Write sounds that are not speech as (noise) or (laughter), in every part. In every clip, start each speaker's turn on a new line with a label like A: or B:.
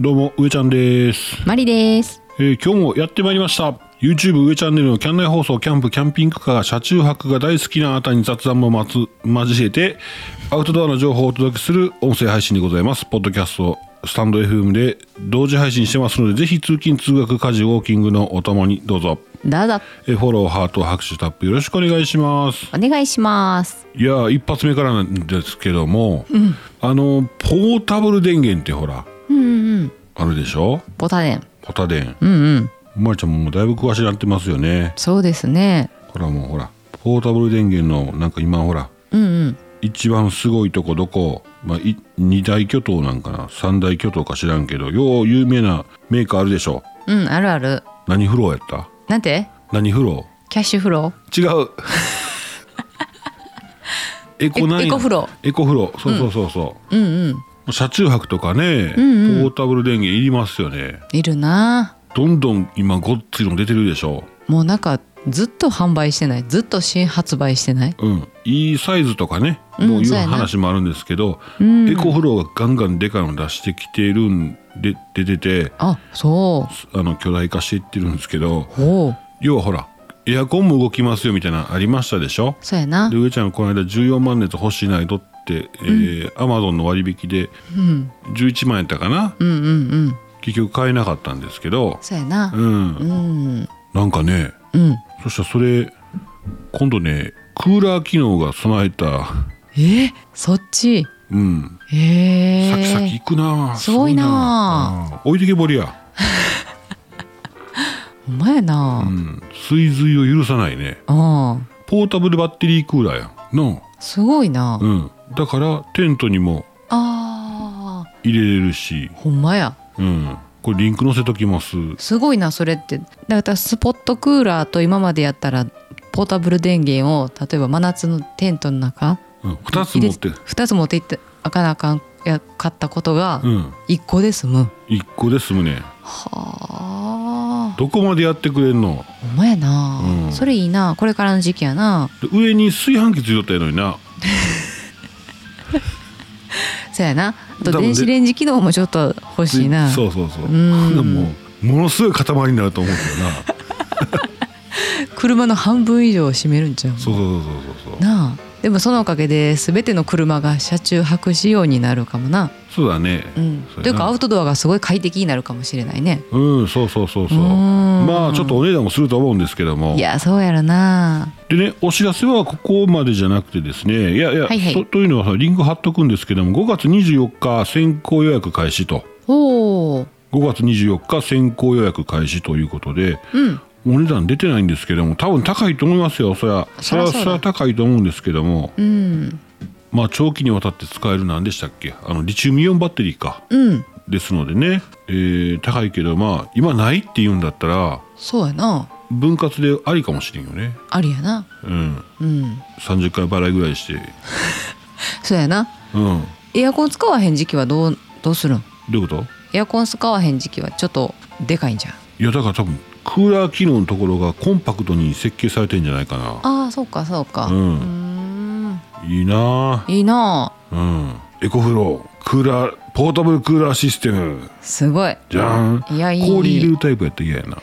A: どうも、上ちゃんです。
B: マリです。
A: えー今日もやってまいりました。YouTube 上チャンネルのキャン内放送、キャンプ、キャンピングカー、車中泊が大好きなあなたに雑談もまつ交えて、アウトドアの情報をお届けする音声配信でございます。ポッドキャスト、スタンド FM で同時配信してますので、ぜひ通勤、通学、家事、ウォーキングのお供にどうぞ。
B: どうぞ
A: えーフォロー、ハート、拍手、タップよろしくお願いします。
B: お願いします。
A: いやー一発目からなんですけども、あのポータブル電源ってほら、あるでしょ
B: ボタネン。
A: ポタ電
B: うんうん。
A: まりちゃんももうだいぶ詳しくなってますよね
B: そうですね。
A: ほらもうほらポータブル電源のなんか今ほら
B: うんうん。
A: 一番すごいとこどこ、まあ、い二大巨頭なんかな三大巨頭か知らんけどよう有名なメーカーあるでしょ
B: うん、あるある。
A: 何フローやった
B: なんて
A: 何フロ
B: キャッシュフロ
A: ー違う (laughs) エコなんや
B: エコフロ
A: エコフローそうそうそうそう、
B: ーうんうん。
A: 車中泊とかね、ポータブル電源いりますよね
B: いるな
A: どんどん今ごっついの出てるでしょ
B: もうなんか、ずっと販売してない。ずっと新発売してない。
A: うんいいサイズとかね、
B: うん
A: もういう
B: そうやな
A: 話もあるんですけど、エコフローがガンガンでかいの出してきてるんで出てて
B: あ、そ
A: あの巨大化していってるんですけど
B: う。おお。
A: 要はほらエアコンも動きますよみたいなのありましたでしょ
B: そうやな
A: で。上ちゃんがこの間14万熱欲しいないとって、えー Amazon の割引で
B: うん。
A: 11万円やったかな、
B: うんうんうん。
A: 結局買えなかったんですけど、
B: そうやな。
A: うん
B: うん。
A: なんかね
B: うん。
A: そしたらそれ今度ねクーラー機能が備えた
B: えー、そっち。
A: うん、
B: ええー。
A: 先々行くな
B: すごいな
A: すごいな置いてけぼりや、
B: ほんまやな
A: う。ん、水髄を許さないね
B: うん。
A: ポータブルバッテリークーラーやんな
B: すごいな。
A: あ、うん、だからテントにも
B: ああ。
A: 入れれるし、
B: ほんまや。
A: うん、これリンク載せときます
B: すごいなそれってだから私スポットクーラーと今までやったらポータブル電源を例えば真夏のテントの中
A: うん、2つ持って
B: 入れ二つ持っていってあかなあかんやかったことが
A: うん
B: 一個で済む、
A: 1個で済むね
B: はあ
A: どこまでやってくれんの
B: ほんまやな、
A: うん
B: それいいなこれからの時期やな
A: で上に炊飯器ついとったやのにな
B: そうやなあと
A: 多分ね
B: 電子レンジ機能もちょっと欲しいな
A: で
B: そ
A: そうそうそう
B: うん
A: でもものすごい塊になると思うけどな
B: 車の半分以上を占めるんちゃう
A: そうそうそうそうそう
B: なあでもそのおかげで全ての車が車中泊仕様になるかもな
A: そうだね
B: うん
A: そ、うやな
B: というかアウトドアがすごい快適になるかもしれないね。
A: うんそうそうそうそう
B: うーん
A: まあちょっとお値段もすると思うんですけども
B: いやそうやろな。
A: でねお知らせはここまでじゃなくてですねいやいや、
B: はいはい
A: とというのはリンク貼っとくんですけども5月24日先行予約開始と
B: おお、
A: 5月24日先行予約開始ということで
B: うん、
A: お値段出てないんですけども多分高いと思いますよそりゃそ
B: そ
A: り
B: ら
A: ゃ
B: そうだ
A: そりゃ高いと思うんですけども
B: うん、
A: まあ長期にわたって使えるなんでしたっけあのリチウムイオンバッテリーか
B: うん、
A: ですのでね、えー高いけどまあ今ないって言うんだったら
B: そうやな。
A: 分割でありかもしれんよね
B: ありやな。
A: うん
B: うん、
A: 30回払いぐらいして
B: そうやな。
A: うん
B: エアコン使わへん時期はどうどうするん？
A: どういうこと
B: エアコン使わへん時期はちょっとでかいんじゃん。
A: いやだから多分クーラー機能のところがコンパクトに設計されてんじゃないかな
B: ああ、そうかそうか。
A: う
B: うんーん、
A: いいなあ
B: いいな。
A: うんエコフロークーラーポータブルクーラーシステム
B: すごい。
A: じゃん
B: いやいい。
A: 氷入れるタイプやったら嫌やな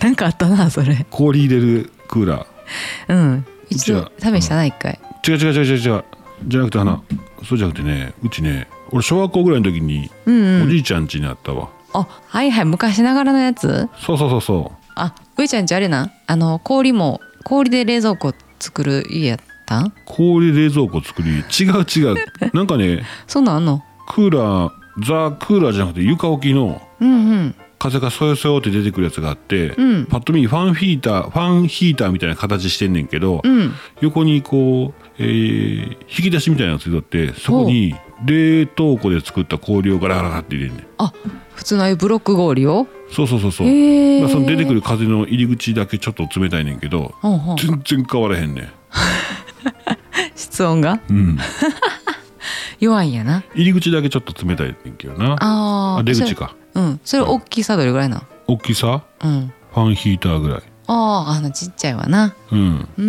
B: なんかあったなそれ。
A: 氷入れるクーラー
B: うん。
A: じ
B: 一
A: ゃ
B: 度
A: あ
B: 試したな一回。
A: 違う違う違う違う違うじゃなくて花そうじゃなくてねうちね俺小学校ぐらいの時に
B: うん、う
A: お
B: ん。
A: じいちゃん家にあったわ、
B: あ、はいはい昔ながらのやつ。
A: そうそうそうそ
B: あ、上ちゃんちあれなんあの氷も氷で冷蔵庫作る家やったん
A: う氷冷蔵庫作り違う違う
B: (laughs)
A: なんかね
B: そんなんあんの
A: クーラーザ・クーラーじゃなくて床置きの
B: うんうん
A: 風がそよそよって出てくるやつがあって、
B: うん
A: パッと見ファンヒーターファンヒーターみたいな形してんねんけど、
B: うん
A: 横にこう、えー引き出しみたいなのついとってそこに冷凍庫で作った氷をガラガラガラって入れんねん
B: あ普通のああいうブロック氷を
A: そうそうそうそう、
B: へえ
A: まあ、その出てくる風の入り口だけちょっと冷たいねんけど
B: ほんほん
A: 全然変わらへんねん、
B: 室温が (laughs)
A: うん、
B: 弱いんやな
A: 入り口だけちょっと冷たいねんけどな
B: あー
A: 出口か
B: それうんそれ大きさどれぐらいなん
A: 大きさ
B: うん
A: ファンヒーターぐらい
B: あああのちっちゃいわな
A: うん
B: うー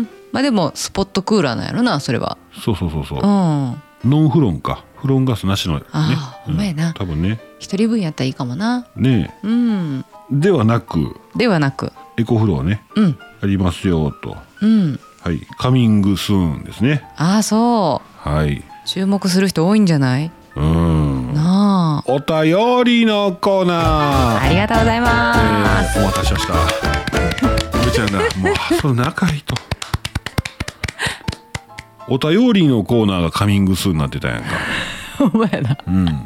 B: んまあでもスポットクーラーなんやろなそれは
A: そうそうそうそう
B: うん
A: ノンフロンかフロンガスなしのね
B: あ
A: う
B: ー
A: ん
B: ほんまやな
A: 多分ね
B: 一人分やったらいいかもな
A: ね
B: うん
A: ではなく
B: ではなく
A: エコフローね
B: うん
A: ありますよと
B: うん
A: はいカミングスーンですね
B: ああそう
A: はい
B: 注目する人多いんじゃないう
A: ーん
B: な
A: お便りのコー
B: あ
A: ナー
B: ありがとうございます、
A: えーお待たせしました梅ちゃんがもうその仲いいとお便りのコーナーがカミングスーンになってたやんか
B: ほんまやな
A: うん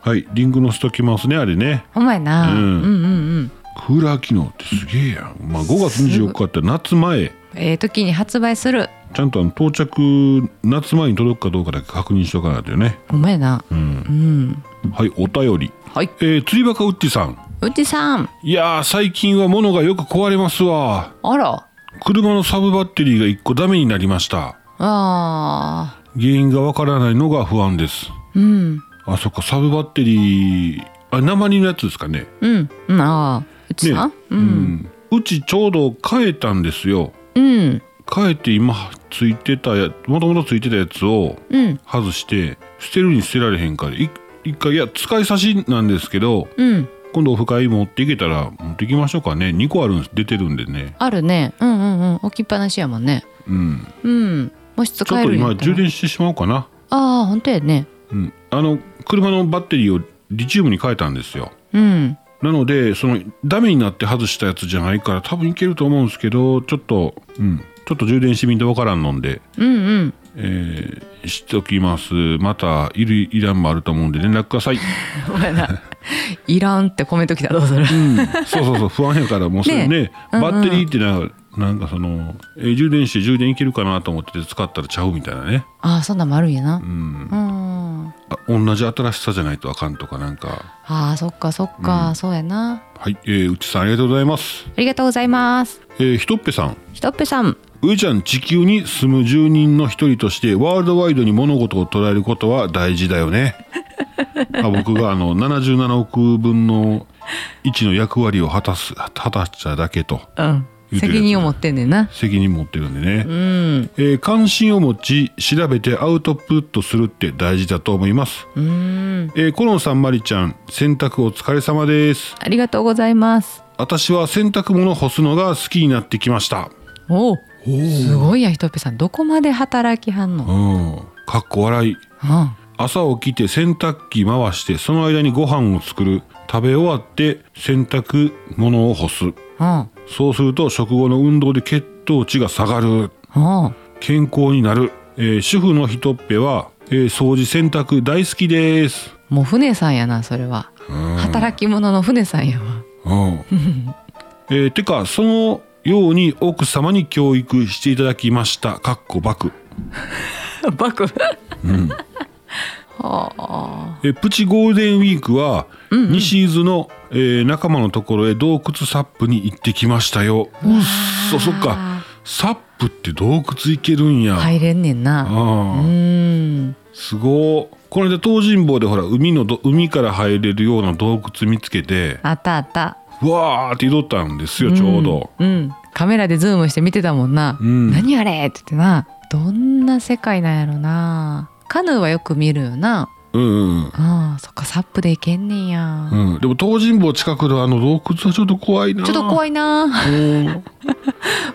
A: はいリングのしときますねあれね
B: ほんまやな、
A: う
B: うんん、うんうん
A: クーラー機能ってすげえやん、まあ、5月24日って夏前
B: ええ時に発売する
A: ちゃんとあの到着夏前に届くかどうかだけ確認しとかないとよね
B: ほんまやな
A: うん
B: うん
A: はいお便り
B: はい
A: えー、釣りバカウッディさん
B: うちさん
A: いやー最近は物がよく壊れますわ
B: あら
A: 車のサブバッテリーが1個ダメになりました
B: あ
A: 原因がわからないのが不安です
B: ーうん
A: あそっかサブバッテリーあ鉛のやつですかね
B: うんうんああうちさん、
A: ね
B: う
A: うんんうちちょうど変えたんですよ
B: うん
A: 変えて今ついてたやもともとついてたやつを
B: うん
A: 外して捨てるに捨てられへんからい一回いや使い差しなんですけど
B: うん
A: 今度オフ会持っていけたら持っていきましょうかね2個あるんです出てるんでね
B: あるねうんうんうん置きっぱなしやもんね
A: うん
B: うんもし
A: ちょ
B: 使
A: っ
B: え
A: と
B: るんや
A: 今
B: った
A: 充
B: ら
A: 電してしまおうかな
B: ああ本当やね
A: うんあの車のバッテリーをリチウムに変えたんですよ
B: うん
A: なのでそのダメになって外したやつじゃないから多分いけると思うんですけどちょっとうんちょっと充電してみんとわからんのんで
B: うんうん
A: えーしときますまたいるいらんもあると思うんで連絡ください
B: (laughs) いらんってコメント来たらどうする
A: うんそうそうそう不安やからもうそれね
B: ねうんうん
A: バッテリーってなんかなんかその、えー充電して充電いけるかなと思って使ったらちゃうみたいなね
B: ああそんなんもあるんやな
A: うん
B: うんあ
A: あ同じ新しさじゃないとあかんとかなんか
B: あそっかそっか、そうやな
A: はい、えー、うちさんありがとうございます
B: ありがとうございます
A: えー、ひとっぺさん
B: ひとっぺさん
A: 上ちゃん地球に住む住人の一人としてワールドワイドに物事を捉えることは大事だよ
B: (laughs)
A: ねあ僕があの77億分の1の役割を果たす果たしただけと
B: うん
A: 言うてるやつ
B: 責任を持ってんねんな
A: 責任持ってるんでね、
B: うん
A: えー関心を持ち調べてアウトプットするって大事だと思います、
B: うん
A: えーコロンさんまりちゃん洗濯お疲れ様です
B: ありがとうございます
A: 私は洗濯物干すのが好きになってきました
B: おお
A: お
B: すごいやひとっぺさんどこまで働きはんの、うん、
A: うんかっこ笑い
B: あ
A: 朝起きて洗濯機回してその間にご飯を作る食べ終わって洗濯物を干す
B: あ
A: そうすると食後の運動で血糖値が下がる
B: あ
A: 健康になる、えー主婦のひとっぺは、えー掃除洗濯大好きです
B: もう船さんやなそれは
A: うん
B: 働き者の船さんやわ
A: うん、 (laughs) えーてかそのように奥様に教育していただきましたかっこバク、
B: バク
A: うん
B: はあ
A: えープチゴールデンウィークは、西伊豆の、えー仲間のところへ洞窟サップに行ってきましたようっそそっかサップって洞窟行けるんや、
B: 入れんねん
A: あ
B: なう
A: ー
B: ーん
A: すごーこの間東尋坊でほら海のど海から入れるような洞窟見つけて
B: あったあった
A: わーって移ったんですよちょうど、
B: うん、うんカメラでズームして見てたもんな、
A: うん
B: 何あれって言ってなどんな世界なんやろなカヌーはよく見るよな
A: うんうん
B: ああそっかサップで行けんねんや、
A: うん、うんでも東尋坊近くのあの洞窟はちょっと怖いな
B: ちょっと怖いな (laughs)
A: うん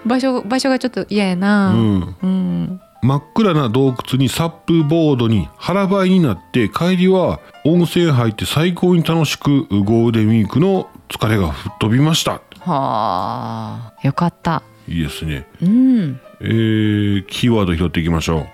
B: 場所場所がちょっと嫌や
A: う
B: なんうん、
A: 真っ暗な洞窟にサップボードに腹ばいになって帰りは温泉入って最高に楽しくゴールデンウィークの疲れが吹っ飛びました
B: はあよかった
A: いいですね
B: うん
A: えー、キーワード拾っていきましょ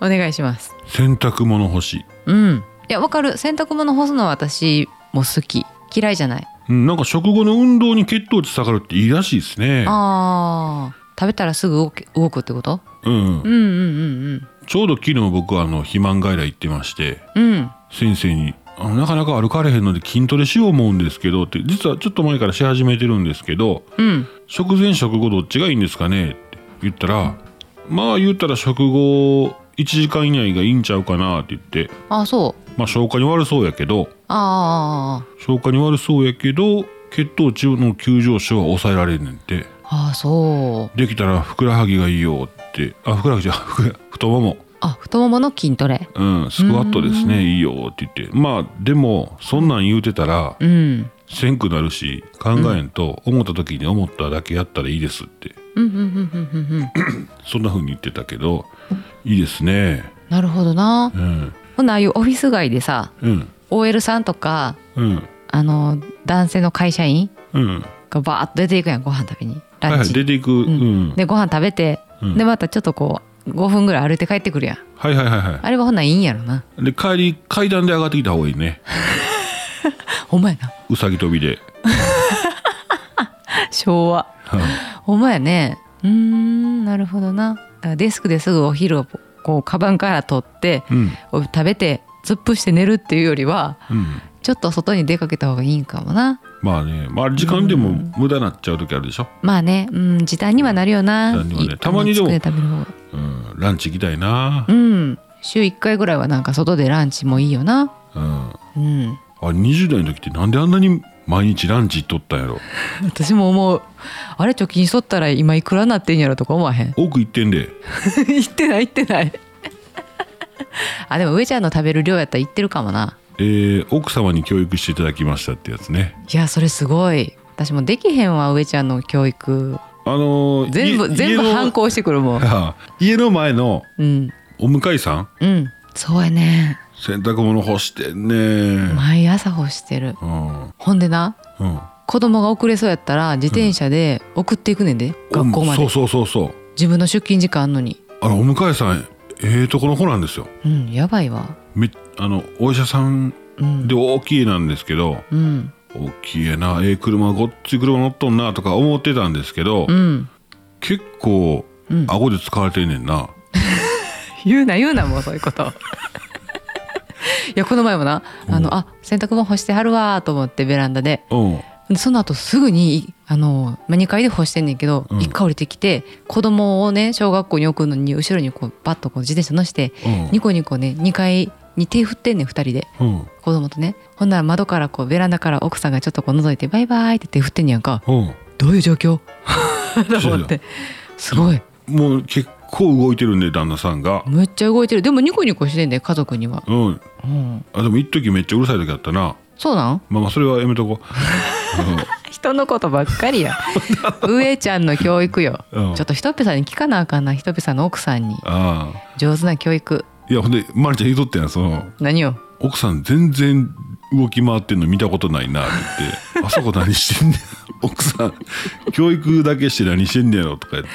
B: お願いします
A: う洗濯物干し
B: うんいやわかる洗濯物干すのは私も好き嫌いじゃない、
A: うんなんか食後の運動に血糖値下がるっていいらしいですね
B: ああ食べたらすぐ動け動くってこと
A: うん
B: うんうんうん
A: ちょうど昨日僕はあの肥満外来行ってまして
B: うんうん
A: 先生にあのなかなか歩かれへんので筋トレしよう思うんですけどって実はちょっと前からし始めてるんですけど
B: うん
A: 食前食後どっちがいいんですかねって言ったらまあ言ったら食後1時間以内がいいんちゃうかなって言って
B: あそう
A: まあ消化に悪そうやけど
B: あ
A: 消化に悪そうやけど血糖値の急上昇は抑えられんねんって
B: あああああそう
A: できたらふくらはぎがいいよってあふくらはぎじゃ (laughs) ふくら太もも
B: あ太ももの筋トレ
A: うんスクワットですねいいよって言ってまあでもそんなん言うてたら
B: うん
A: せんくなるし考えんと思った時に思っただけやったらいいですって
B: うんうんうんうんうんうん
A: そんな風に言ってたけどいいですね
B: なるほどな
A: うん
B: ほなああいうオフィス街でさ
A: うん
B: OL さんとか
A: うん
B: あの男性の会社員
A: うん
B: がバーッと出ていくやんご飯食べに
A: はい
B: ラン
A: はい
B: チ、
A: 出ていくう
B: うん
A: ん
B: でご飯食べて、
A: うん
B: でまたちょっとこう5分ぐらい歩いて帰ってくるやん
A: はいはいはいは
B: あれはほんなんいいんやろない
A: で帰り階段で上がってきた方がいいね
B: ほんまやな
A: うさぎ跳びで
B: 昭和
A: はい
B: ほんまやねうーんなるほどなだからデスクですぐお昼をこうカバンから取って、
A: うん
B: お食べて突っ伏して寝るっていうよりは
A: うん
B: ちょっと外に出かけた方がいいんかもな
A: まあねまあ時間でも無駄になっちゃう時あるでしょ
B: まあね、うん、時短にはなるよな
A: 時短にはね
B: い
A: たまにでも
B: あの作れた食べる方が
A: うんランチ行きたいな
B: うん週1回ぐらいはなんか外でランチもいいよな
A: うん
B: うん
A: あ20代の時ってなんであんなに毎日ランチ行っとったんやろ
B: 私も思うあれ貯金しとったら今いくらなってんやろとか思わへん
A: 奥行ってんで
B: (laughs) 言ってない言ってない (laughs) あでも上ちゃんの食べる量やったら言ってるかもな
A: えー奥様に教育していただきましたってやつね
B: いやそれすごい私もできへんわ上ちゃんの教育
A: あのー
B: 全部
A: い
B: 全部
A: 家の
B: 反抗してくるもん
A: (laughs) 家の前の
B: うん
A: お向かいさん
B: うんそうやね
A: 洗濯物干してんね
B: 毎朝干してる
A: うん
B: ほんでな
A: うん
B: 子供が遅れそうやったら自転車で送っていくねんで、学校まで
A: そうそうそうそう
B: 自分の出勤時間あんのに
A: あのお向かいさんええとこの子なんですよ
B: うんやばいわ
A: めあのお医者さん
B: うん
A: で大きいなんですけど、
B: うん
A: 大きいやなええ車ごっつい車乗っとんなとか思ってたんですけど、
B: うん
A: 結構
B: うん
A: 顎で使われてんねんな、
B: 言うな言うなもうそういうこといやこの前もなあのあ洗濯物干してはるわと思ってベランダで
A: うん
B: でその後すぐにあの、まあ、2階で干してんねんけど、
A: うん
B: 一回降りてきて子供をね小学校に送るのに後ろにこうバッとこう自転車乗して、
A: うん
B: ニコニコね2階に手振ってんねん2人で
A: うん
B: 子供とねほんなら窓からこうベランダから奥さんがちょっとこう覗いて「バイバイ」って手振ってんねやんか
A: うん
B: どういう状況 (laughs) と
A: そう
B: 思っ
A: よ
B: てすごい
A: もう結構動いてるんで旦那さんが
B: むっちゃ動いてるでもニコニコしてんねん家族には、
A: うん
B: うん、
A: あでも一時めっちゃうるさい時あったな
B: そうなん
A: まあまあそれはやめとこ
B: 人のことばっかりや (laughs) 上ちゃんの教育よ、
A: うん
B: ちょっとひとっぺさんに聞かなあかんなひとっぺさんの奥さんに
A: うああ
B: 上手な教育
A: いやほんでまりちゃん言うとったやんその
B: 何よ
A: 奥さん全然動き回ってんの見たことないなって言って「あそこ何してん (laughs) ねん奥さん教育だけして何してんねやろ」とか言って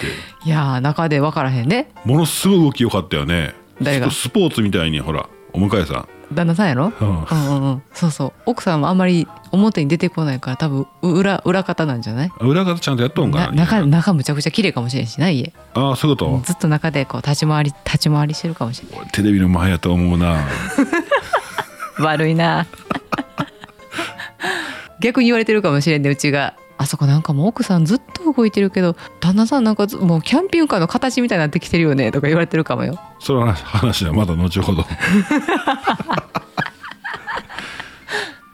B: いやー中で分からへんね
A: ものすごい動き良かったよね
B: 誰が
A: スポーツみたいにほらお向かいさ
B: 旦那さんやろ、
A: ん、うん
B: うんうんうん、そうそう奥さんもあんまり表に出てこないから多分う裏裏方なんじゃない
A: 裏方ちゃんとやっとんか
B: な
A: な
B: 中中むちゃくちゃ綺麗かもしれんしな家
A: ああそういうこと、
B: ずっと中でこう立ち回り立ち回りしてるかもしれ
A: 俺テレビの前やと思うな
B: ない悪いな逆に言われてるかもしれんねうちがあそこなんかもう奥さんずっと動いてるけど旦那さんなんかずもうキャンピングカーの形みたいになってきてるよねとか言われてるかもよ
A: その話はまだ後ほど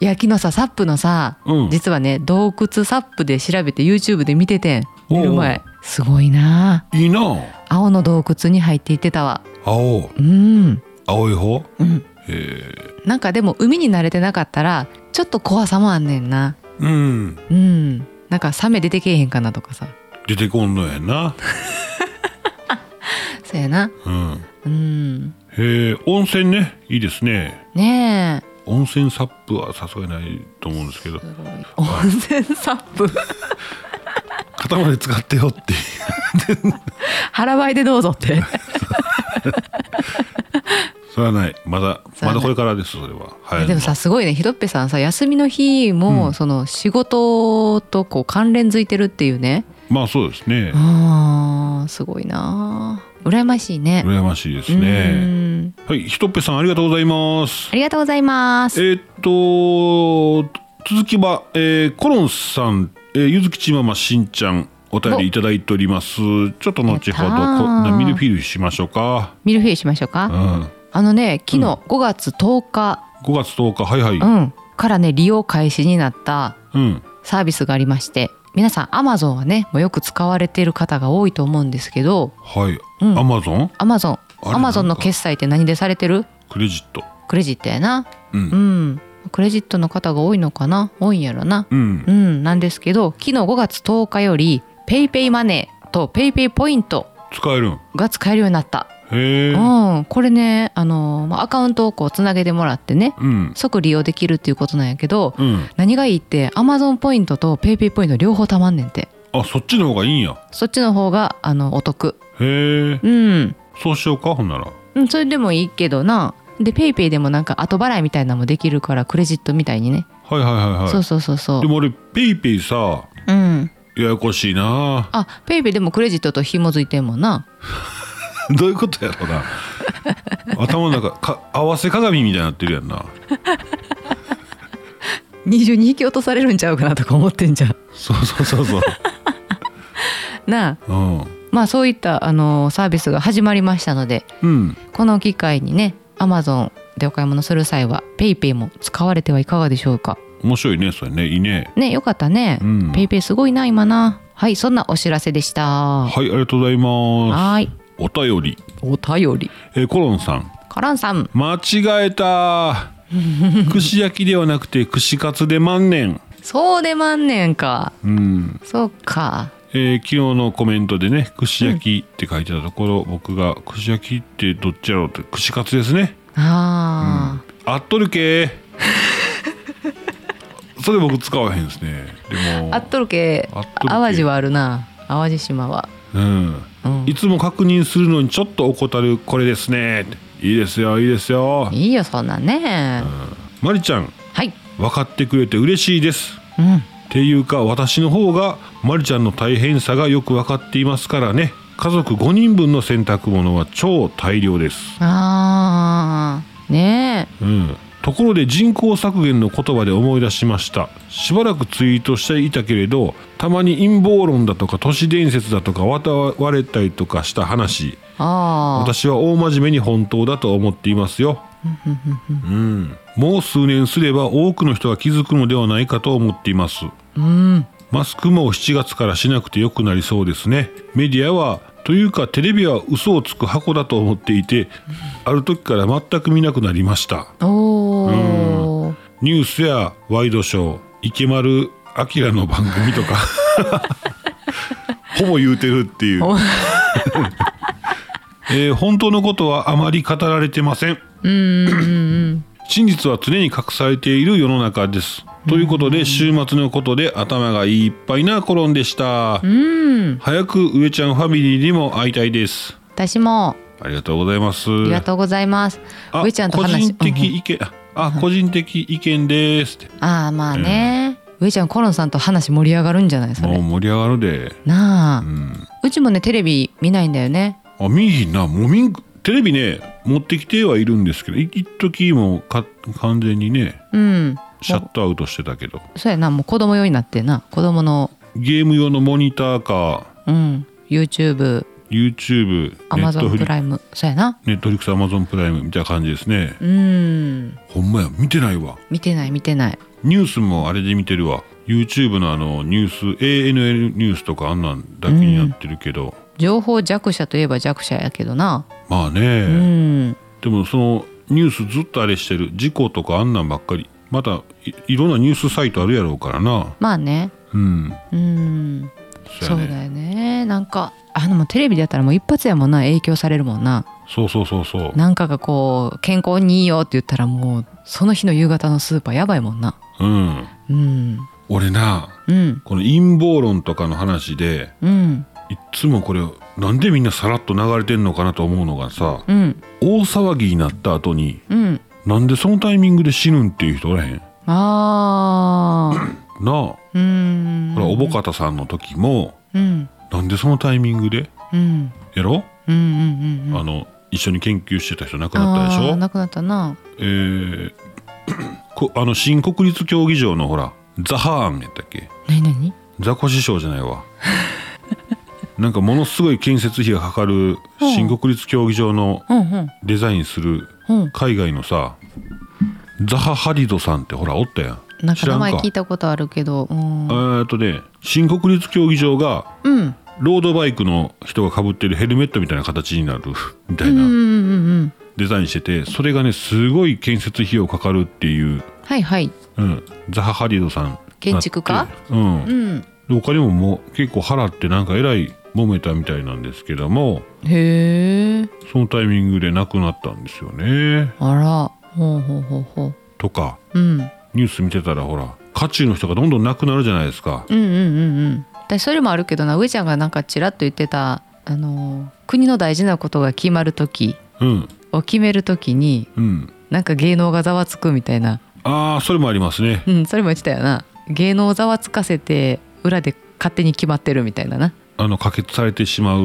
B: 焼きのさサップのさ、
A: うん
B: 実はね洞窟サップで調べて YouTube で見ててん
A: おうおう
B: 見る前すごいない
A: いなあ
B: あ青の洞窟に入っていってたわ
A: 青
B: うん
A: 青い方
B: うん
A: へえ
B: なんかでも海に慣れてなかったらちょっと怖さもあんねんな
A: うん
B: うんなんかサメ出てけえへんかなとかさ
A: 出てこんのやな
B: そうやな
A: うん
B: うん
A: へえ温泉ねいいですね
B: ねえ
A: 温泉サップはさすがにないと思うんですけど
B: すごい温泉サッ
A: (laughs)
B: プ
A: 肩まで使ってよっていう (laughs)
B: 腹ばいでどうぞって
A: それはないまだ
B: そ
A: ま
B: れはない
A: だこれからですそれははい
B: でもさすごいねひどっぺさんさ休みの日
A: うん
B: もその仕事とこう関連づいてるっていうね
A: まあそうですね
B: あーすごいなあ羨ましいね
A: 羨ましいです
B: う
A: ね
B: ん
A: はいひとっぺさんありがとうございます
B: ありがとうございます
A: えーっと続きは、えーコロンさん、えーゆずきちママしんちゃんお便りいただいておりますちょっと後ほど
B: やったー
A: こんなミルフィーユしましょうか、
B: ミルフィーユしましょう
A: う
B: か
A: ん、
B: あのね昨日5月10日、
A: 5月10日はいはい
B: うん、からね利用開始になった
A: うん
B: サービスがありまして皆さん Amazon はねもうよく使われている方が多いと思うんですけど
A: はい、
B: うん
A: アマゾン
B: Amazon
A: あれ
B: Amazon の決済って何でされてる
A: クレジット
B: クレジットやな
A: うん
B: うんクレジットの方が多いのかな多いんやろな
A: うん
B: うんなんですけど昨日5月10日より PayPay マネーと PayPay ポイント
A: 使えるん
B: が使えるようになった、
A: へえ
B: うん、これねあの、まあ、アカウントをこうつなげてもらってね
A: うん
B: 即利用できるっていうことなんやけど、
A: うん
B: 何がいいって Amazon ポイントと PayPay ポイント両方たまんねんて
A: あそっちの方がいいんや
B: そっちの方があのお得
A: へえ
B: うん、
A: そうしようかほんなら
B: うん、それでもいいけどなで PayPay でもなんか後払いみたいなのもできるからクレジットみたいにね、
A: はいはいはいはい
B: そうそうそうそう
A: でも俺ペイペイさ
B: うん
A: ややこしいな
B: あ PayPay でもクレジットと紐づいてんもんな
A: (laughs) どういうことやろうな頭の中か合わせ鏡みたいになってるやんな
B: 22匹落とされるんちゃうかなとか思ってんじゃん
A: そうそうそうそう
B: (laughs) なあ
A: うん
B: まあそういったあのサービスが始まりましたので
A: うん
B: この機会にね Amazon でお買い物する際は PayPay も使われてはいかがでしょうか
A: 面白いねそれねいいね
B: ねよかったね
A: うん
B: PayPay、ペイペイすごいな今なはいそんなお知らせでしたは
A: はいありがとうございます
B: ーい
A: お便り
B: お便り
A: えーコロンさん
B: カランさん
A: 間違えた串焼きではなくて串カツで万年
B: そうでまんねんか
A: うん
B: そうか
A: えー昨日のコメントでね串焼きって書いてたところ、僕が串焼きってどっちやろうって串カツですね
B: あ
A: あっとる
B: (laughs)
A: けそれ僕使わへんですねで
B: ー、
A: も
B: あっとるけ
A: あっとるけ
B: 淡路はあるな淡路島は
A: うん
B: うん
A: いつも確認するのにちょっと怠るこれですねっていいですよいいですよ
B: いいよそんなんね
A: まりちゃん
B: はい
A: 分かってくれて嬉しいです
B: うん
A: っていうか私の方がまりちゃんの大変さがよく分かっていますからね家族5人分の洗濯物は超大量です、
B: あーね
A: うん、ところで人口削減の言葉で思い出しましたしばらくツイートしていたけれどたまに陰謀論だとか都市伝説だとか渡われたりとかした話
B: えあ
A: 私は大真面目に本当だと思っていますようん、もう数年すれば多くの人が気づくのではないかと思っています
B: あうん
A: マスクも7月からしなくてよくなりそうですね。メディアはというかテレビは嘘をつく箱だと思っていて、ある時から全く見なくなりました。
B: おー
A: ニュースやワイドショー、池丸明の番組とか、ほぼ言うてるっていう。 (laughs) えー本当のことはあまり語られてません。
B: うんうんうん
A: 真実は常に隠されている世の中です。ということで、週末のことで頭がいっぱいなコロンでした。
B: うん
A: 早く上ちゃんファミリーにも会いたいです。
B: 私も
A: ありがとうございます。あ
B: ありがとうございます。上ちゃんと話
A: 個人
B: うん
A: 的意見、あ、個人的意見ですって。
B: うんああまあね、上ちゃんコロンさんと話盛り上がるんじゃないそ
A: もう
B: れ。
A: 盛り上がるで。
B: なあ、う
A: うん。
B: ちもねテレビ見ないんだよね。
A: あ、見いひんな、もうみん、テレビね、持ってきてはいるんですけど、い一時もか完全にね、
B: うん。
A: シャットアウトしてたけど。
B: そうやなもう子供用になってな子供の
A: ゲーム用のモニターか、
B: うん。YouTube、
A: YouTube、
B: Amazon プ
A: Netflix
B: ライム、そうやな。
A: ネットフリックス、アマゾンプライムみたいな感じですね。
B: うん。
A: ほんまや、見てないわ。
B: 見てない見てない。
A: ニュースもあれで見てるわ YouTube のあのニュース ANN ニュースとかあんなんだけにやってるけど、
B: 情報弱者といえば弱者やけどな。
A: まあ
B: う
A: ね、
B: ん。
A: でもそのニュースずっとあれしてる事故とかあんなんばっかりまたいいろんなニュースサイトあるやろうからな
B: まあね。
A: うん
B: うん。
A: そ
B: そうう
A: やね
B: だよね。なんかあのもうテレビでやったらもう一発やもんな影響されるもんな。
A: そうそうそうそう
B: なんかがこう健康にいいよって言ったらもうその日の夕方のスーパーやばいもんな
A: うん
B: うん
A: 俺な
B: うん
A: この陰謀論とかの話で
B: うん
A: いっつもこれなんでみんなさらっと流れてんのかなと思うのがさ
B: うん
A: 大騒ぎになった後に
B: うん
A: なんでそのタイミングで死ぬんっていう人おらへん
B: あ
A: (clears throat)
B: ー
A: なあ
B: うーん
A: ほら、おぼかたさんの時も、
B: うん
A: なんでそのタイミングで
B: うん
A: やろ、
B: うんうんうんうん
A: あの、一緒に研究してた人亡くなったでし
B: あー
A: ょ
B: なくなったな
A: えー (clears throat) こあの、新国立競技場のほら、ザハーンやったっけ
B: なになに
A: ザコシショウじゃないわ。 (laughs) なんかものすごい建設費がかかる
B: うん
A: 新国立競技場の
B: うんうん
A: デザインする
B: うん
A: 海外のさ、ザハ・ハディドさんってほらおったやん。
B: なん
A: 知
B: から名
A: んか
B: 前聞いたことあるけどう
A: え
B: ん
A: ーっとね、新国立競技場が
B: うん
A: ロードバイクの人がかぶってるヘルメットみたいな形になるみたい
B: うんうん
A: な
B: うんうん
A: デザインしててそれがねすごい建設費用かかるっていう、
B: はいはい
A: うん、ザハ・ハリドさん
B: 建築家
A: うん
B: うん
A: でお金ももう結構払ってなんかえらい揉めたみたいなんですけども
B: へえ
A: そのタイミングで亡くなったんですよね
B: あらほうほうほうほう
A: とか
B: うん
A: ニュース見てたらほら渦中の人がどんどん亡くなるじゃないですか
B: うんうんうんうん私それもあるけどな上ちゃんがなんかちらっと言ってたあのー国の大事なことが決まる時
A: うん
B: を決める時に
A: うん
B: なんか芸能がざわつくみたいな
A: ああそれもありますね
B: うんそれも言ってたよな芸能をざわつかせて裏で勝手に決まってるみたいなな
A: あの可決されてしまう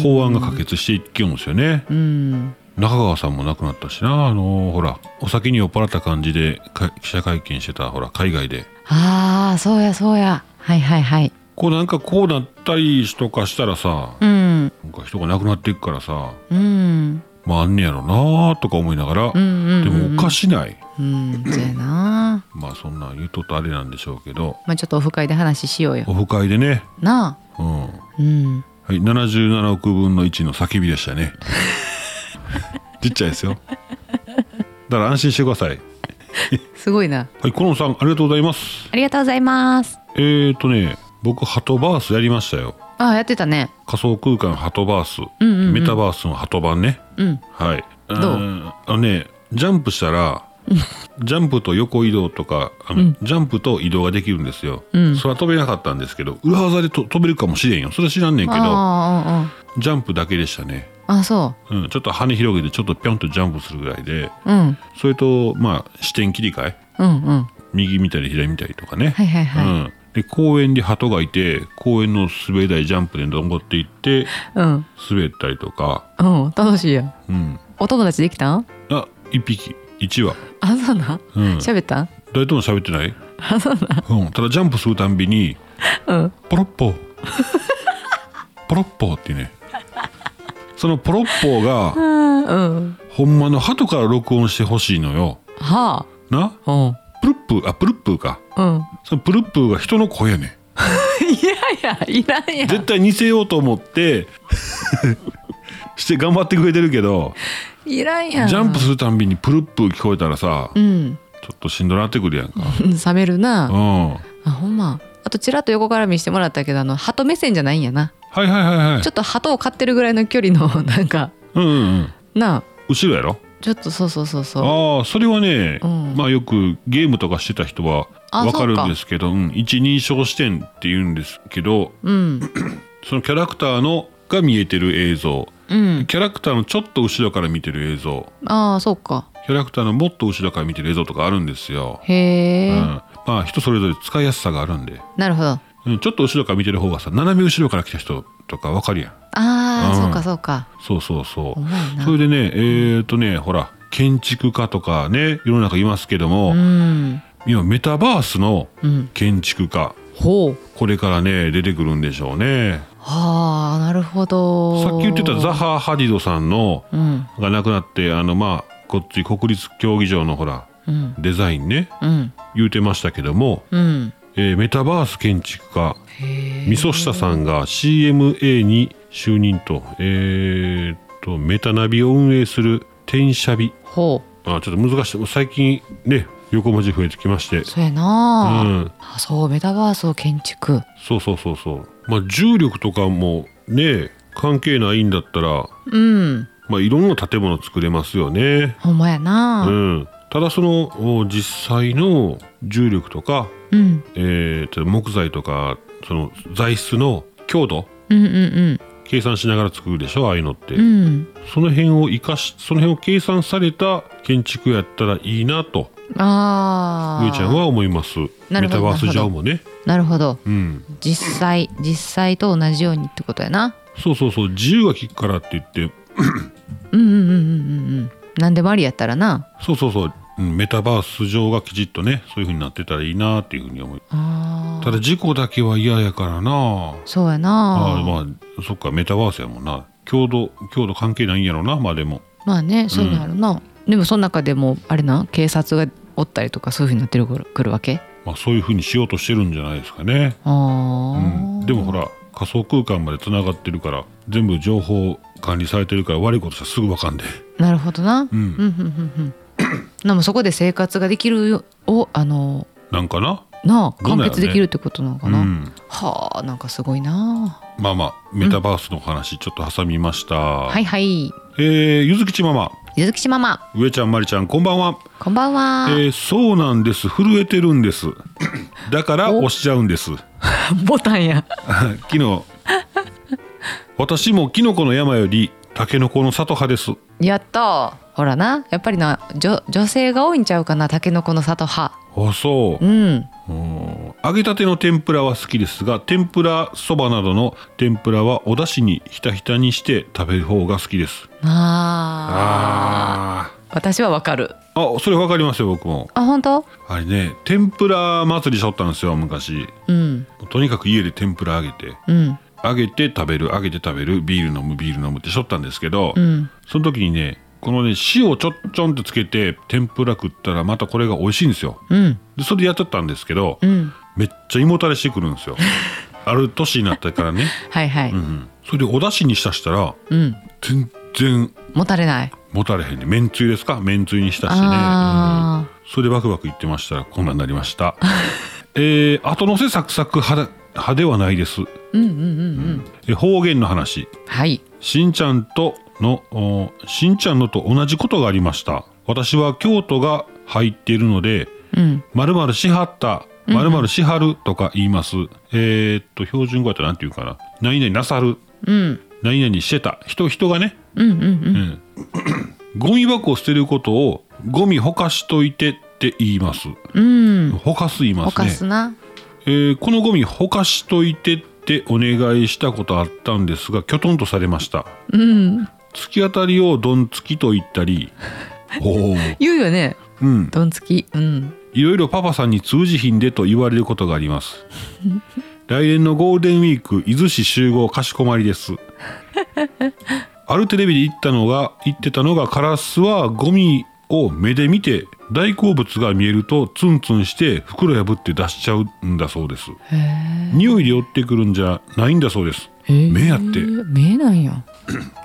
A: 法案が可決していきようんですよね
B: うん
A: 中川さんも亡くなったしなあのーほらお酒に酔っ払った感じでか記者会見してたほら海外で
B: ああそうやそうやはいはいはい
A: こうなんかこうなったりとかしたらさ
B: うん
A: なんか人が亡くなっていくからさ
B: うん
A: まああんねやろなあとか思いながら、
B: うんうんうん
A: でもおかしない
B: うんそうやな
A: まあそんなん言うとったあれなんでしょうけど
B: まあちょっとオフ会で話しようよ
A: オフ会でね、
B: な
A: う
B: あ
A: んは
B: うん
A: い、77億分の1の叫びでしたねちっちゃいですよだから安心してください
B: すごいな
A: はいコロンさんありがとうございます
B: ありがとうございます
A: えーとね僕ハトバースやりましたよ
B: ああやってたね
A: 仮想空間ハトバース、
B: んうんうん
A: メタバースのハト版ね
B: うん
A: はいど
B: う
A: あのねジャンプした
B: (laughs)
A: らジャンプと横移動とかあの、ジャンプと移動ができるんですよ、
B: うん
A: それは飛べなかったんですけど裏技でと飛べるかもしれんよそれは知らんねんけど
B: あ
A: ジャンプだけでしたね、
B: ああああそ
A: うん、ちょっと羽広げてちょっとぴょんとジャンプするぐらいで
B: ううん
A: それとまあ視点切り替え
B: うんうん
A: 右見たり左見たりとかね、
B: はいはいはい
A: うん、で公園で鳩がいて公園の滑り台ジャンプで登っていって
B: うん
A: 滑ったりとか、
B: うん楽しいやん
A: うん、
B: お友達できたん
A: あ一匹一羽
B: あそうなん
A: うん
B: 喋ったん
A: 誰とも喋ってないうん、ただジャンプするたんびに
B: うん
A: ポロッ
B: (laughs)
A: ポーポロッポーってねそのポロッポーが
B: うんうん
A: ほんまの鳩から録音してほしいのよ
B: は
A: な
B: あうん
A: プルップーあプルップーか
B: うん (laughs)
A: そのプルップーが人の声やね
B: いやいやいらんやん
A: 絶対似せようと思ってして頑張ってくれてるけど
B: いらん
A: ジ
B: やん
A: ャンプするたんびにプルップー聞こえたらさ
B: う
A: ち
B: ん
A: ょっとしんどなってくるやんか
B: うん冷める
A: う
B: なん
A: は
B: あほんまあとちらっと横から見してもらったけどあの鳩目線じゃないんやない
A: はいはいはい
B: ちょっと鳩を飼ってるぐらいの距離の (laughs) なんか
A: うんうんうん
B: なあ
A: 後ろやろ
B: ちょっとそうそうそうそう
A: ああそれはね、
B: うん
A: まあよくゲームとかしてた人は
B: あ
A: わかる
B: そうんか
A: ですけど、うん、一人称視点って言うんですけど
B: うん
A: そのキャラクターのが見えてる映像
B: うん
A: キャラクターのちょっと後ろから見てる映像
B: ああそうか
A: キャラクターのもっと後ろから見てる映像とかあるんですよ、
B: へ
A: う
B: え、
A: ん、まあ人それぞれ使いやすさがあるんで、
B: なるほどあ
A: うん、ちょっと後ろから見てる方がさ斜め後ろから来た人とかわかるやん
B: あー、
A: うん
B: そうかそうか
A: そうそうそう
B: まいな
A: うそれでねえー、とねほら建築家とかね世の中いますけども、
B: うん
A: 今メタバースの
B: うん
A: 建築家、
B: ほう
A: これからね出てくるんでしょうね
B: はあなるほど
A: さっき言ってたザハ・ハディドさんの
B: うん
A: が亡くなってあのまあこっち国立競技場のほら
B: うん
A: デザインね
B: うん
A: 言うてましたけども、
B: うん
A: えーメタバース建築家
B: へえ
A: みそしたさんが CMA に就任とえーっとメタナビを運営する転写ビ
B: ほう
A: あちょっと難しい最近ね横文字増えてきまして
B: そうやなあ、
A: うん
B: あそうメタバースを建築
A: そうそうそうそうまあ重力とかもね関係ないんだったら
B: うん
A: まあいろんな建物作れますよね
B: ほんまや
A: う
B: なん
A: ただそのお実際の重力とか、
B: うん
A: えーと木材とかその材質の強度
B: うんうん
A: 計算しながら作るでしょああいうのって、
B: うんうん
A: その辺を生かしその辺を計算された建築やったらいいなと
B: ああ
A: 上ちゃんは思います
B: な
A: メ
B: るほど
A: タバース上もね
B: なるほど
A: うん
B: 実際実際と同じようにってことやな
A: そうそうそう自由が利くからって言って
B: うんうんうんうんうんうん何でもありやったらな
A: そうそうそう、うんメタバース上がきちっとねそういう風になってたらいいなっていう風に思う
B: あ
A: た
B: あ
A: だ事故だけは嫌やからな
B: そうや
A: ああ
B: な
A: まあそっかメタバースやもんな強度強度関係ないんやろなまあでも
B: まあねそういうのあるな、でもその中でもあれな警察がおったりとかそういうふうになってるくるくるわけ
A: まあ、そういうふうにしようとしてるんじゃないですかね、う
B: ああ、
A: ん、でもほら仮想空間までつながってるから全部情報管理されてるから悪いことしたらすぐわかんで
B: なるほどな、
A: うん
B: うんうんうん (clears throat) うんでもそこで生活ができるよをあの
A: なんかな
B: なあ
A: どう
B: 完
A: なんやろね
B: 結できるってことなのかな、
A: うん
B: はあなんかすごいなあ
A: まあまあメタバースの話ちょっと挟みました、
B: はいはい
A: えーゆずきちママ
B: ゆずきちママ
A: 上ちゃんまりちゃんこんばんは
B: こんばんは、
A: えーそうなんです震えてるんですだから
B: お
A: 押しちゃうんです
B: ボタンや
A: (laughs) 昨日私もキノコの山よりタケノコの里派です
B: やったほらなやっぱりな女女性が多いんちゃうかなたけのこの里派
A: あそううんうん揚げたての天ぷらは好きですが天ぷらそばなどの天ぷらはお出汁にひたひたにして食べる方が好きです
B: ああ私はわかる
A: あーあそれわかりますよ僕も
B: あ本当
A: あれね天ぷら祭りしょったんですよ昔
B: うん
A: とにかく家で天ぷら揚げて
B: うん
A: 揚げて食べる揚げて食べるビール飲むビール飲むってしょったんですけど、
B: うん
A: その時にねこのね塩をちょっちょんってつけて天ぷら食ったらまたこれが美味しいんですよ
B: うん
A: でそれでやっちゃったんですけど、
B: うん
A: めっちゃ胃もたれしてくるんですよある年になってから
B: (laughs)
A: ね、
B: はいはい、
A: うんうん、それでお出汁にしたしたら
B: うん、
A: 全然
B: もたれない
A: もたれへんねめんつゆですかめんつゆにしたしてね、うん
B: あ
A: それでバクバクいってましたらこんなんなりました (laughs) えー、後乗せサクサク派だ派ではないです
B: ーうんうんうんうん
A: え方言の話
B: はい
A: しんちゃんとのおしんちゃんのと同じことがありました私は京都が入っているので
B: うん
A: 「まるまるしはった」「まるまるしはる」とか言います、えーっと標準語やったらなんて言うかな「何々なさる」
B: うん
A: 「何々してた」人人がね、
B: うんうんう
A: う
B: ん
A: ん、ゴミ箱を捨てることを「ゴミほかしといて」って言います
B: うん
A: ほかす言いま
B: お
A: すね
B: かすな
A: えーこのゴミほかしといてってお願いしたことあったんですがきょとんとされました
B: うん
A: 突き当たりをどんつきと言ったりおお
B: 言うよね
A: うん
B: どんつきうん
A: いろいろパパさんに通じひんでと言われることがあります来年のゴールデンウィーク伊豆市集合かしこまりですあるテレビで言ったのが言ってたのがカラスはゴミを目で見て大好物が見えるとツンツンして袋破って出しちゃうんだそうです
B: へえ
A: 匂いで寄ってくるんじゃないんだそうです目やって
B: 目なんや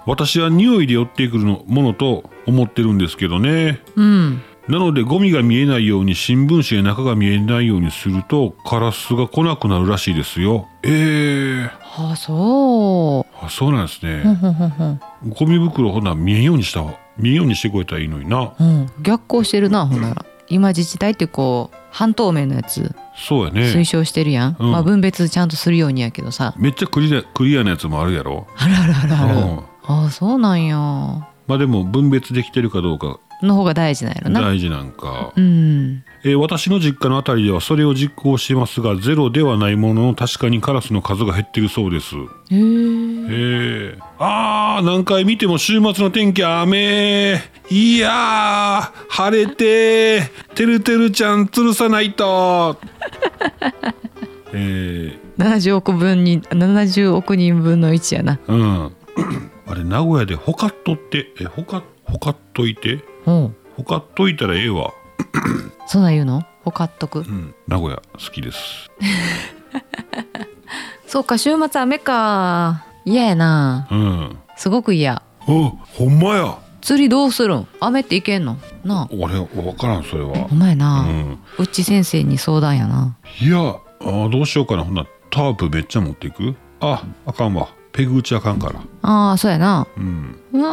A: 私は匂いで寄ってくるのものと思ってるんですけどね
B: うん
A: なのでゴミが見えないように新聞紙や中が見えないようにするとカラスが来なくなるらしいですよ。えー、
B: あそう
A: あそうなんです
B: うん
A: ね。
B: うんうん
A: ゴミ袋ほな見えんようにしたわ。見えんようにしてくれたらいいのにな。
B: うんうん逆行してるなほんなら今自治体ってこう半透明のやつ
A: そうや
B: 推
A: ね。
B: 奨してるやん、
A: うん
B: まあ分別ちゃんとするようにやけどさ
A: めっちゃクリアクリアなやつもあるやろ。
B: あるあるあるある、
A: うん
B: ああそうなんやの
A: まあでも分別できてるかどうか
B: 方が大事なんやろな
A: 大事なんか。
B: うん
A: えー私の実家のあたりではそれを実行してますがゼロではないものの確かにカラスの数が減ってるそうです。
B: へえ
A: えー、あー何回見ても週末の天気雨いやー晴れてーてるてるちゃん吊るさないと (laughs) えー、
B: 70億分に70億人分の1やな
A: うん (clears throat) あれ名古屋でほかっとってえほかほかっといて
B: うん
A: ほかっといたらええわ、
B: そんなん言うのほかっとく、
A: うん、名古屋好きです
B: そうか週末雨か嫌やな
A: うん
B: すごく嫌
A: あほんまや
B: 釣りどうするん雨っていけんのなあ
A: 俺分からんそれは
B: お前な、
A: う
B: うんち先生に相談やない
A: やあーどうしようかなほんならタープめっちゃ持っていくああかんわペグ打ちあかんから
B: ああそうやな
A: うん
B: うわ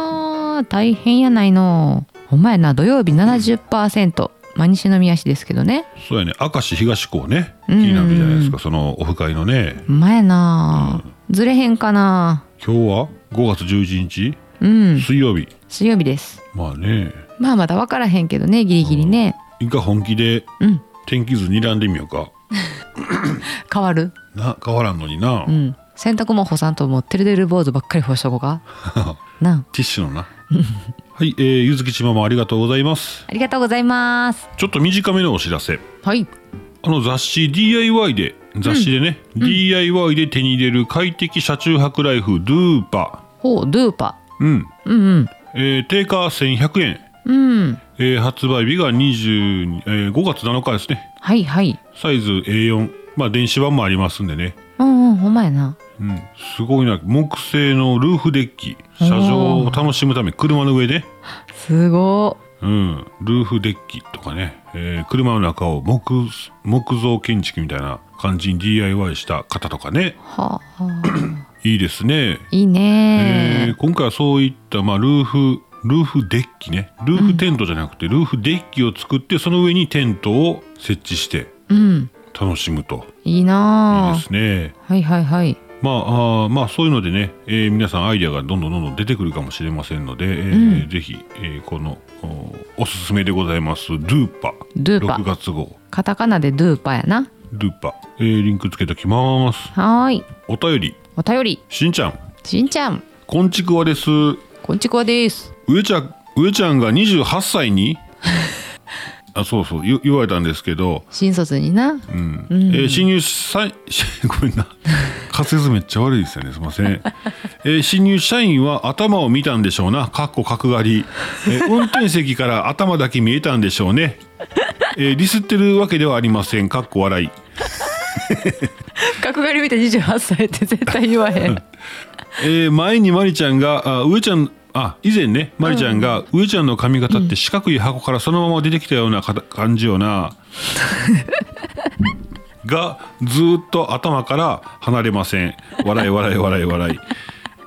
B: ー大変やないのお前な土曜日70%まあ西宮市ですけどね
A: そうやね明石東港ね気
B: うん
A: になるじゃないですかそのオフ会のね
B: お前な、ずれへんかな
A: 今日は5月11日
B: うん
A: 水曜日、
B: 水曜日です
A: まあね
B: まあまだ分からへんけどねギリギリね
A: 一回本気で
B: うん
A: 天気図睨んでみようか
B: 変わる
A: な変わらんのにな、
B: うん洗濯も干さんともうてるてる坊主ばっかり干しとこうかな
A: (laughs) ティッシュのなはい、えー、ゆずきちママありがとうございます
B: ありがとうございます
A: ちょっと短めのお知らせ
B: はい
A: あの雑誌 DIY で雑誌でね、DIY で手に入れる快適車中泊ライフドゥーパ
B: ほうドゥーパ
A: うん、
B: うん
A: えー定価1100円
B: うんうん
A: ええー発売日が20、えー5月7日ですね
B: はいはい
A: サイズ A4 まあ電子版もありますんでね
B: うんうんほんまやな
A: うん、すごいな木製のルーフデッキ車上を楽しむため車の上で、
B: すご
A: うん、ルーフデッキとかね、えー車の中を木木造建築みたいな感じに DIY した方とかね
B: ーはあ、はあ、
A: いいですね、
B: いい
A: え
B: ね
A: ー今回はそういった、まあ、ルーフルーフデッキねルーフテントじゃなくて、ルーフデッキを作ってその上にテントを設置して
B: うん
A: 楽しむと
B: いい
A: いい
B: なあ
A: ですね。
B: はいはいはい
A: まあ、あーまあそういうのでね、えー皆さんアイデアがどんどんどんどん出てくるかもしれませんので、えーぜひ、えーこのおおすすめでございますドゥーパ
B: ドゥーパ
A: 6月号
B: カタカナでドゥーパやな
A: ドゥーパ、えーリンクつけときます
B: はーい
A: お便り
B: お便り
A: しんちゃん
B: しんちゃん
A: こんちくわです
B: こんちくわです
A: 上ちゃん上ちゃんが28歳に (laughs) あそうそう言言われたんですけど、
B: 新卒にな
A: うんえー新入社員 (laughs) ごめんな滑舌めっちゃ悪いですよねすいません、 (laughs) えー新入社員は頭を見たんでしょうなかっこ角刈り、えー運転席から頭だけ見えたんでしょうね、えーディスってるわけではありませんかっこ笑い
B: 角刈り見て28歳って絶対言わへん
A: えー前にマリちゃんがあ上ちゃんあ以前ねマリちゃんが、上ちゃんの髪型って四角い箱からそのまま出てきたようなかた感じよな (laughs) がずーっと頭から離れません笑い笑い笑い笑い、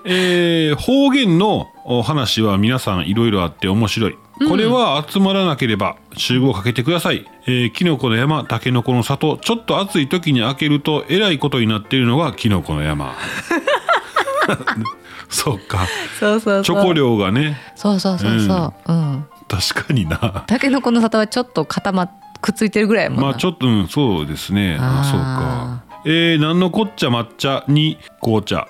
A: えー方言のお話は皆さんいろいろあって面白いこれは集まらなければ集合かけてください、えーキノコの山タケノコの里ちょっと暑い時に開けるとえらいことになっているのがキノコの (laughs) 山そうか
B: そうそうそう
A: チョコ量がね
B: そうそうそうそううん
A: 確かにな
B: たけのこの里はちょっと固まっくっついてるぐらいやもんな
A: まあちょっと、うん、そうですねあ
B: あ
A: そうかえー、なんのこっちゃ抹茶に紅
B: (laughs)
A: 茶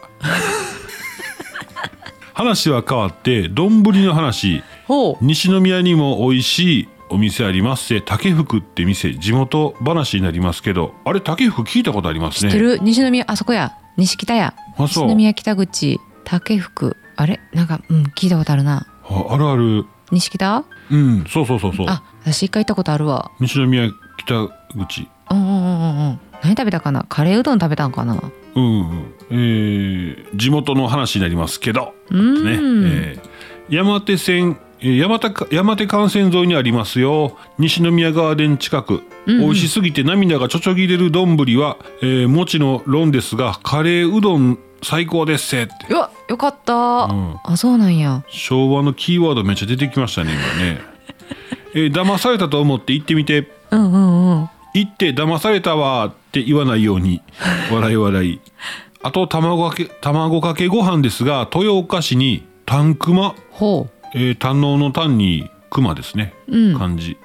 A: 話は変わって丼の話
B: ほう
A: 西宮にも美味しいお店ありますせ竹福って店地元話になりますけどあれ竹福聞いたことあります
B: 知
A: ね
B: ってる、西宮あそこや西北や
A: あそう
B: 西宮北口竹福あれなんかうん聞いたことあるな
A: ああるある
B: 西北
A: うんそうそうそうそう
B: あ私一回行ったことあるわ
A: 西宮北口
B: うんうんうんうんうん何食べたかなカレーうどん食べたんかな
A: うんうんえー地元の話になりますけど
B: うー
A: ね、
B: ん、
A: えー山手線えー山手か山手幹線沿いにありますよ西宮ガーデン近く、
B: うんうん
A: 美味しすぎて涙がちょちょぎれる丼は、えー、餅の論ですがカレーうどん最高ですせって
B: うわよかった、
A: ん
B: あそうなんや
A: 昭和のキーワードめっちゃ出てきましたね今ね、えー騙されたと思って行ってみて
B: うんうんうん
A: 行って騙されたわーって言わないように笑い笑いあと卵かけ卵かけご飯ですが豊岡市にタンクマ
B: ほう
A: えー、堪能の単に熊ですね、
B: うん
A: 漢字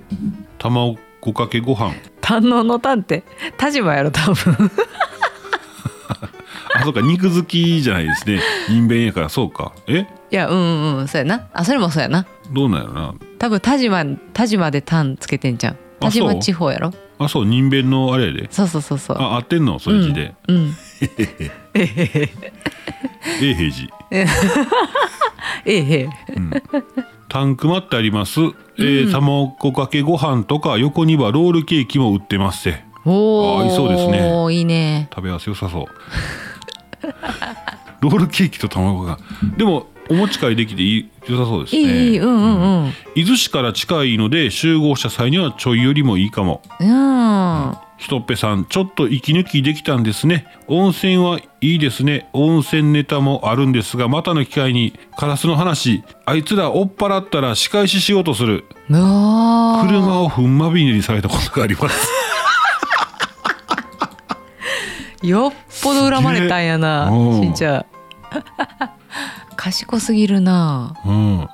A: (coughs) 卵かけご飯
B: 堪能の探偵田島やろ多分
A: あそうか肉好きじゃないですね人弁やからそうかえ
B: (laughs) いやうんうんそうやなあそれもそうやな
A: どうなんやろな
B: 多分田島田島でタンつけてんじゃん
A: あ
B: 田島
A: そう
B: 地方やろ
A: あそう人弁のあれやで
B: そうそうそうそう
A: あ合ってんのそういう字で、
B: うん
A: (laughs)
B: (laughs) えへへ
A: 永平寺
B: ええへえ
A: タンクマってあります、えー卵かけご飯とか横にはロールケーキも売ってますせ
B: おお
A: あ合いそうですね
B: いいね
A: 食べ合わせ良さ
B: (laughs)
A: そうロールケーキと卵がでもお持ち帰りできていい良さそうです
B: い
A: ね
B: いいいうんうんうんうん
A: 伊豆市から近いので集合した際にはちょいよりもいいかも
B: あ
A: ひとっぺさんちょっと息抜きできたんですね温泉はいいですね温泉ネタもあるんですがまたの機会にカラスの話あいつら追っ払ったら仕返ししようとする車をふんまびねりされたことがあります
B: (laughs) よっぽど恨まれたんやな
A: すげえうん
B: しんちゃん (laughs) 賢すぎるな
A: うん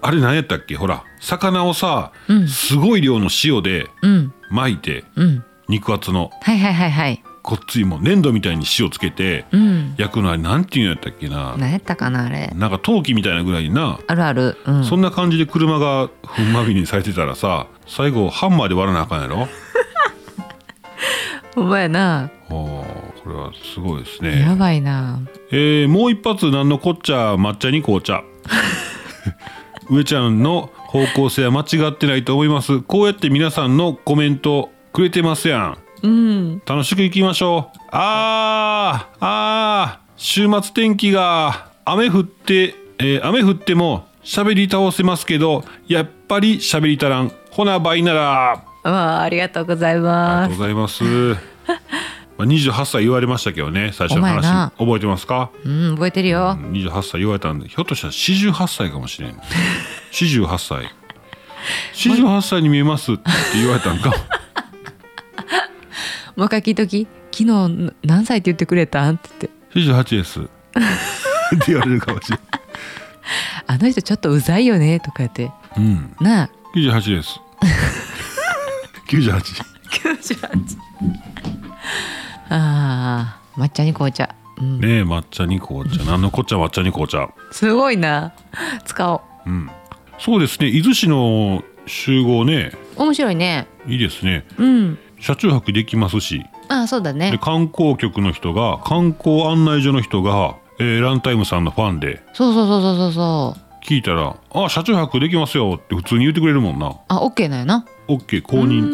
A: あれ何やったっけほら魚をさ、
B: うん
A: すごい量の塩で
B: うん
A: 巻いて
B: うん
A: 肉厚の
B: はいはいはいはい
A: こっついもう粘土みたいに塩つけて
B: うん
A: 焼くのはなんていうんやったっけな
B: 何やったかなあれ
A: なんか陶器みたいなぐらいな、
B: あるあるうん
A: そんな感じで車がふんまみにされてたらさ最後ハンマーで割らなあかんやろ
B: ほんまやな
A: おーこれはすごいです
B: や
A: ね、
B: ばいな
A: えーもう一発なんのこっちゃ抹茶に紅茶上ちゃんの方向性は間違ってないと思いますこうやって皆さんのコメントくれてますやん
B: うん
A: 楽しく行きましょうあーあー週末天気が雨降って、えー雨降っても喋り倒せますけどやっぱり喋り足らんほな倍なら
B: まあありがとうござい
A: あ
B: ま
A: りがとう
B: す
A: ございます。 (laughs) まあ28歳言われましたけどね最初の
B: お前
A: 話
B: な
A: 覚えてますか
B: うん覚えてるよ、
A: 28歳言われたんでひょっとしたら48歳かもしれん48歳48歳に見えますって言われたんか
B: もう一回聞いとき昨日何歳って言ってくれたんって言って
A: 48ですって言われるかもしれん
B: あの人ちょっとうざいよねとか言って
A: うん
B: (laughs) なあ
A: 98です98
B: 98ああ抹茶に紅茶、うん、
A: ねえ抹茶に紅茶なんのこっちゃ抹茶に紅茶
B: すごいな使おう
A: うんそうですね伊豆市の集合ね
B: 面白いね
A: いいですね
B: うん
A: 車中泊できますし
B: ああそうだ
A: で
B: ね
A: 観光局の人が観光案内所の人が、えーランタイムさんのファンで
B: そうそうそうそうそうそう
A: 聞いたら「あ車中泊できますよ」って普通に言ってくれるもんな
B: あオッケーなんやな
A: OK 公
B: う
A: 認、
B: ー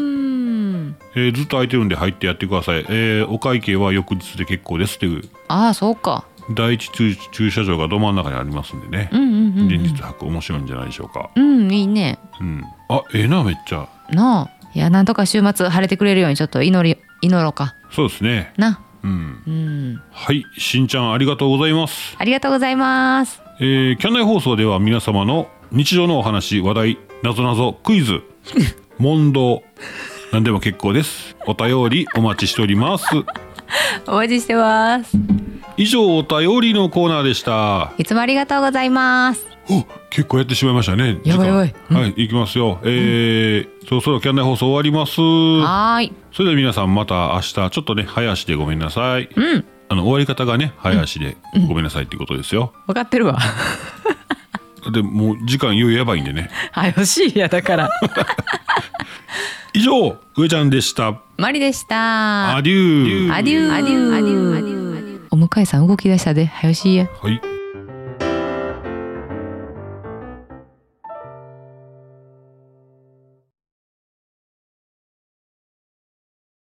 B: ん
A: えーずっと空いてるんで入ってやってください、えーお会計は翌日で結構ですっていう
B: ああそうか
A: 第一駐駐車場がど真ん中にありますんでね、
B: うんうんうんう
A: 前
B: ん
A: 日泊面白いんじゃないでしょうか、
B: うんいいね
A: うん、あええなめっちゃ
B: なあいやなんとか週末晴れてくれるようにちょっと祈り祈ろうか
A: そうですね
B: な
A: うん
B: うん
A: はいしんちゃんありがとうございます
B: ありがとうございます
A: えー、キャンナイ放送では皆様の日常のお話話題なぞなぞクイ
B: (laughs)
A: ズ問答何でも結構ですお便りお待ちしております
B: お待ちしてます
A: 以上お便りのコーナーでした
B: いつもありがとうございます
A: お結構やってしまいましたね
B: やばいやばい
A: 時間はい行きますよえーそろそろキャンナイ放送終わります
B: はーい
A: それでは皆さんまた明日ちょっとね早足でごめんなさい、
B: うん
A: あの終わり方がね早足でごめんなさいっていうことですよ、
B: 分かってるわ (laughs)
A: でもう時間言うやばいんでね
B: 早しいやだから
A: 以上上ちゃんでした
B: マリでした
A: アデュー
B: アデューアデューアデューお向かいさん動き出したで早しいや
A: はい